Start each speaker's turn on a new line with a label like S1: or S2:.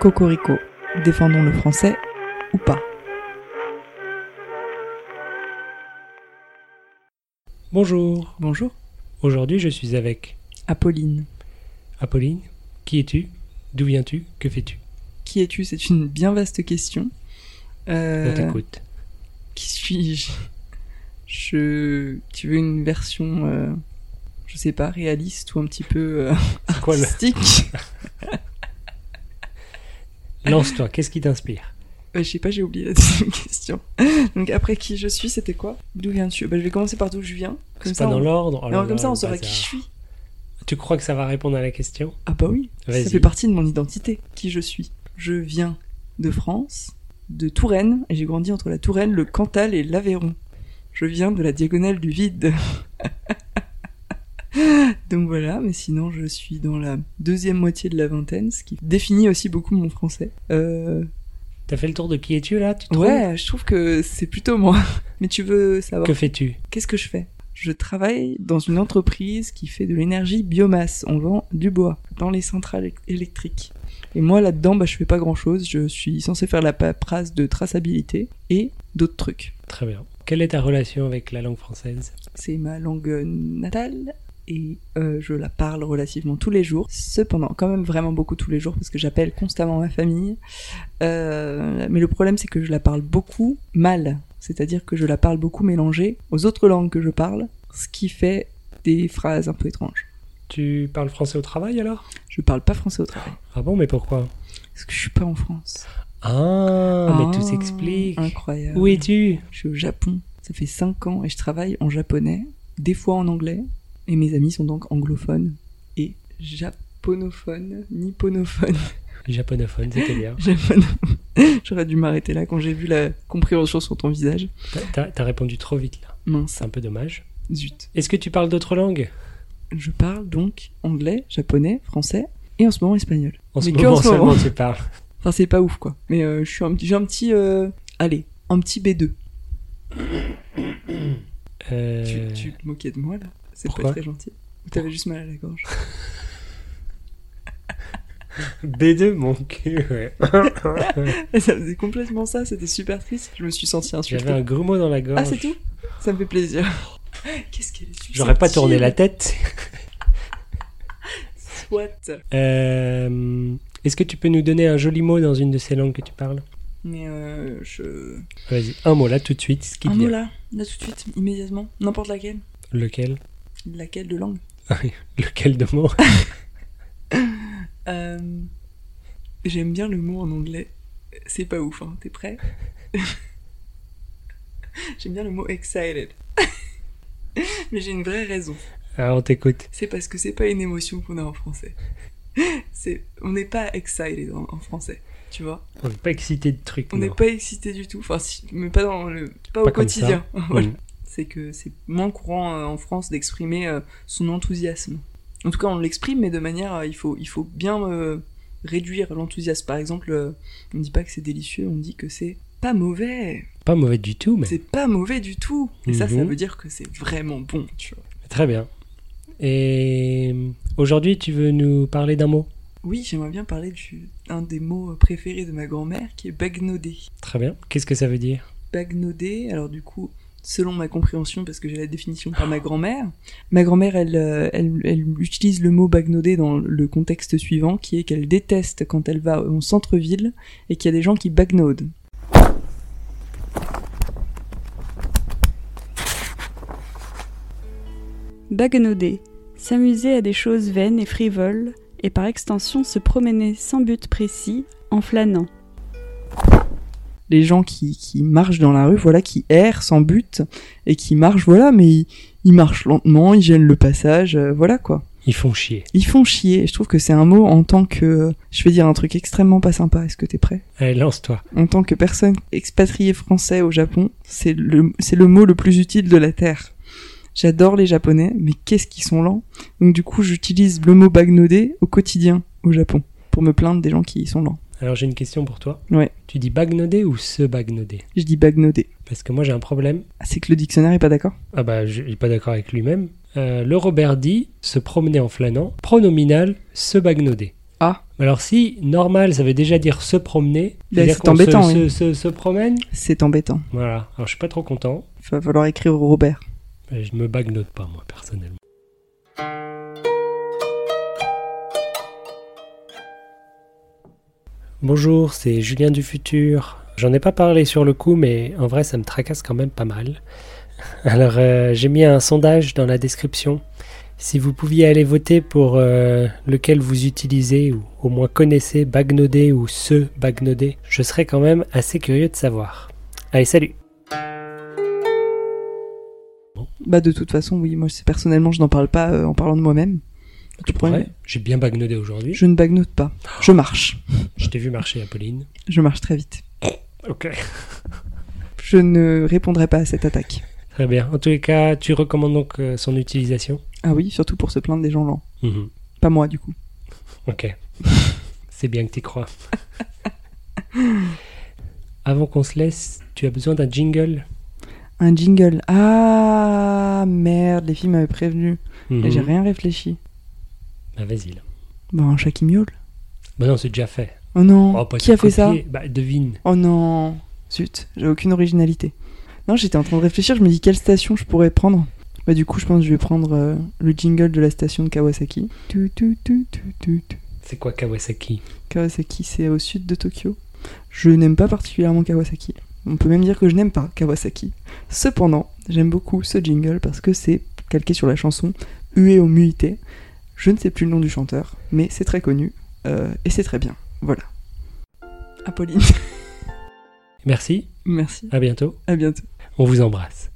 S1: Cocorico, défendons le français ou pas.
S2: Bonjour,
S1: Bonjour,
S2: aujourd'hui je suis avec
S1: Apolline.
S2: Apolline. Qui es-tu D'où viens-tu Que fais-tu
S1: Qui es-tu C'est une bien vaste question. Euh,
S2: On t'écoute.
S1: qui suis-je Je. Tu veux une version, euh, je sais pas, réaliste ou un petit peu euh,
S2: C'est quoi le-
S1: artistique
S2: Lance-toi, qu'est-ce qui t'inspire
S1: Euh, Je sais pas, j'ai oublié la deuxième question. Donc après qui je suis, c'était quoi D'où viens-tu Bah, Je vais commencer par d'où je viens. Comme
S2: C'est
S1: ça,
S2: pas dans
S1: on...
S2: l'ordre oh là
S1: Non,
S2: là,
S1: comme ça, on
S2: le
S1: saura qui
S2: bazar.
S1: je suis.
S2: Tu crois que ça va répondre à la question
S1: Ah bah oui, ça
S2: Vas-y.
S1: fait partie de mon identité, qui je suis. Je viens de France, de Touraine, et j'ai grandi entre la Touraine, le Cantal et l'Aveyron. Je viens de la diagonale du vide. Donc voilà, mais sinon je suis dans la deuxième moitié de la vingtaine, ce qui définit aussi beaucoup mon français. Euh,
S2: T'as fait le tour de qui es-tu là Tu trouves
S1: ouais, je trouve que c'est plutôt moi. Mais tu veux savoir
S2: Que fais-tu
S1: Qu'est-ce que je fais Je travaille dans une entreprise qui fait de l'énergie biomasse. On vend du bois dans les centrales éle- électriques. Et moi, là-dedans, bah, je fais pas grand-chose. Je suis censé faire la paperasse de traçabilité et d'autres trucs.
S2: Très bien. Quelle est ta relation avec la langue française
S1: C'est ma langue euh, natale et euh, je la parle relativement tous les jours. Cependant, quand même vraiment beaucoup tous les jours parce que j'appelle constamment ma famille. Euh, mais le problème, c'est que je la parle beaucoup mal. C'est-à-dire que je la parle beaucoup mélangée aux autres langues que je parle, ce qui fait des phrases un peu étranges.
S2: Tu parles français au travail alors
S1: Je parle pas français au travail
S2: Ah bon, mais pourquoi
S1: parce que je suis pas en France.
S2: Ah, mais tout
S1: Ah,
S2: s'explique.
S1: Incroyable.
S2: Où es-tu
S1: Je suis au Japon. Ça fait 5 ans et je travaille en japonais, des fois en anglais. Et mes amis sont donc anglophones et japonophones, nipponophones,
S2: Japonophone, c'était bien.
S1: japonophones. J'aurais dû m'arrêter là quand j'ai vu la compréhension sur ton visage.
S2: T'as- T'as t'as répondu trop vite là.
S1: Mince,
S2: C'est un peu dommage.
S1: zut.
S2: Est-ce que tu parles d'autres langues
S1: Je parle donc anglais, japonais, français et en ce moment espagnol.
S2: En ce
S1: Mais que
S2: moment
S1: en ce moment.
S2: seulement tu parles.
S1: Enfin, c'est pas ouf quoi. Mais euh, je suis un petit, j'ai un petit, euh, allez, un petit B2.
S2: Euh,
S1: Tu, tu te moquais de moi là C'est pas
S2: Pourquoi
S1: très gentil. Ou t'avais juste mal à la gorge
S2: B2, mon cul, ouais.
S1: Et ça faisait complètement ça, c'était super triste. Je me suis sentie
S2: J'avais
S1: insultée.
S2: un gros mot dans la gorge.
S1: Ah, c'est tout Ça me fait plaisir. Qu'est-ce qu'elle est susceptible.
S2: J'aurais pas tourné la tête.
S1: Soit.
S2: Euh, Est-ce que tu peux nous donner un joli mot dans une de ces langues que tu parles
S1: Mais euh, je.
S2: Vas-y, un mot là tout de suite, ce qui
S1: Un
S2: te
S1: mot
S2: vient.
S1: là, là tout de suite, immédiatement. N'importe laquelle.
S2: Lequel
S1: Laquelle de langue
S2: Lequel de mots
S1: Euh, J'aime bien le mot en anglais. C'est pas ouf, hein. T'es prêt J'aime bien le mot excited. Mais j'ai une vraie raison.
S2: Ah, on t'écoute.
S1: C'est parce que c'est pas une émotion qu'on a en français. C'est, on n'est pas excited en, en français, tu vois.
S2: On n'est pas excité de trucs.
S1: On n'est
S2: non.
S1: pas excité du tout, enfin, si- mais pas dans le, pas,
S2: Pas
S1: au
S2: comme
S1: quotidien. Voilà.
S2: Mm.
S1: C'est que c'est moins courant euh, en France d'exprimer euh, son enthousiasme. En tout cas, on l'exprime, mais de manière, euh, il faut, il faut bien euh, réduire l'enthousiasme. Par exemple, euh, on dit pas que c'est délicieux, on dit que c'est pas mauvais.
S2: Pas mauvais du tout, mais
S1: C'est pas mauvais du tout. Et ça, ça
S2: Mhm.
S1: veut dire que c'est vraiment bon, tu vois.
S2: très bien. Et aujourd'hui, tu veux nous parler d'un mot
S1: Oui, j'aimerais bien parler du un des mots euh, préférés de ma grand-mère qui est bagnodé.
S2: Très bien. Qu'est-ce que ça veut dire
S1: Bagnodé, alors du coup, selon ma compréhension, parce que j'ai la définition par ma grand-mère, ma grand-mère, elle, euh, elle, elle utilise le mot bagnodé dans le contexte suivant, qui est qu'elle déteste quand elle va en centre-ville et qu'il y a des gens qui bagnodent.
S3: Baguenauder, s'amuser à des choses vaines et frivoles, et par extension se promener sans but précis, en flânant.
S1: Les gens qui, qui marchent dans la rue, voilà, qui errent sans but et qui marchent, voilà, mais ils, ils marchent lentement, ils gênent le passage, euh, voilà quoi.
S2: Ils font chier.
S1: Ils font chier. Je trouve que c'est un mot en tant que. Je vais dire un truc extrêmement pas sympa. Est-ce que t'es prêt
S2: Allez, lance-toi.
S1: En tant que personne expatriée français au Japon, c'est le, c'est le mot le plus utile de la Terre. J'adore les Japonais, mais qu'est-ce qu'ils sont lents. Donc du coup, j'utilise le mot bagnodé au quotidien au Japon pour me plaindre des gens qui sont lents.
S2: Alors j'ai une question pour toi.
S1: Ouais.
S2: Tu dis bagnodé ou se bagnodé
S1: Je dis bagnodé.
S2: Parce que moi j'ai un problème.
S1: Ah, c'est que le dictionnaire est pas d'accord
S2: Ah bah je suis pas d'accord avec lui-même. Euh, le Robert dit se promener en flânant, pronominal se bagnodé.
S1: Ah.
S2: Alors si normal, ça veut déjà dire se promener.
S1: Ben,
S2: c'est-à-dire
S1: c'est
S2: qu'on se-
S1: embêtant,
S2: Se,
S1: oui.
S2: se- se promène.
S1: C'est embêtant.
S2: Voilà. Alors je suis pas trop content.
S1: Il va falloir écrire au Robert.
S2: Euh, Je me bagnote pas moi personnellement. Bonjour, c'est Julien du futur. J'en ai pas parlé sur le coup, mais en vrai ça me tracasse quand même pas mal. Alors euh, j'ai mis un sondage dans la description. Si vous pouviez aller voter pour euh, lequel vous utilisez ou au moins connaissez Bagnodé ou ce Bagnodé, je serais quand même assez curieux de savoir. Allez, salut
S1: Bah, de toute façon, oui, moi, c'est- personnellement, je n'en parle pas euh, en parlant de moi-même. Tu prends-
S2: Ouais, J'ai bien Bagnodé aujourd'hui.
S1: Je ne bagnote pas. Je marche.
S2: Je t'ai vu marcher, Apolline.
S1: Je marche très vite.
S2: Ok.
S1: Je ne répondrai pas à cette attaque.
S2: Très bien. En tous les cas, tu recommandes donc euh, son utilisation
S1: Ah oui, surtout pour se plaindre des gens lents. Pas moi, du coup.
S2: Ok. C'est bien que tu crois. Avant qu'on se laisse, tu as besoin d'un jingle
S1: Un jingle. Ah merde, les filles m'avaient prévenu. Et
S2: Mhm.
S1: j'ai rien réfléchi.
S2: Bah, Vas-y là.
S1: Bon, un chat qui miaule.
S2: Bah non, c'est déjà fait.
S1: Oh non,
S2: Oh, pas
S1: qui a fait ça
S2: copier. Bah devine.
S1: Oh non, zut, j'ai aucune originalité. Non, j'étais en train de réfléchir, je me dis quelle station je pourrais prendre. Bah du coup, je pense que je vais prendre euh, le jingle de la station de Kawasaki. Tu, tu, tu, tu, tu, tu.
S2: C'est quoi Kawasaki
S1: Kawasaki, c'est au sud de Tokyo. Je n'aime pas particulièrement Kawasaki. On peut même dire que je n'aime pas Kawasaki. Cependant, j'aime beaucoup ce jingle parce que c'est calqué sur la chanson Hué au muité. Je ne sais plus le nom du chanteur, mais c'est très connu euh, et c'est très bien. Voilà. Apolline,
S2: Merci.
S1: merci.
S2: À bientôt.
S1: À bientôt.
S2: On vous embrasse.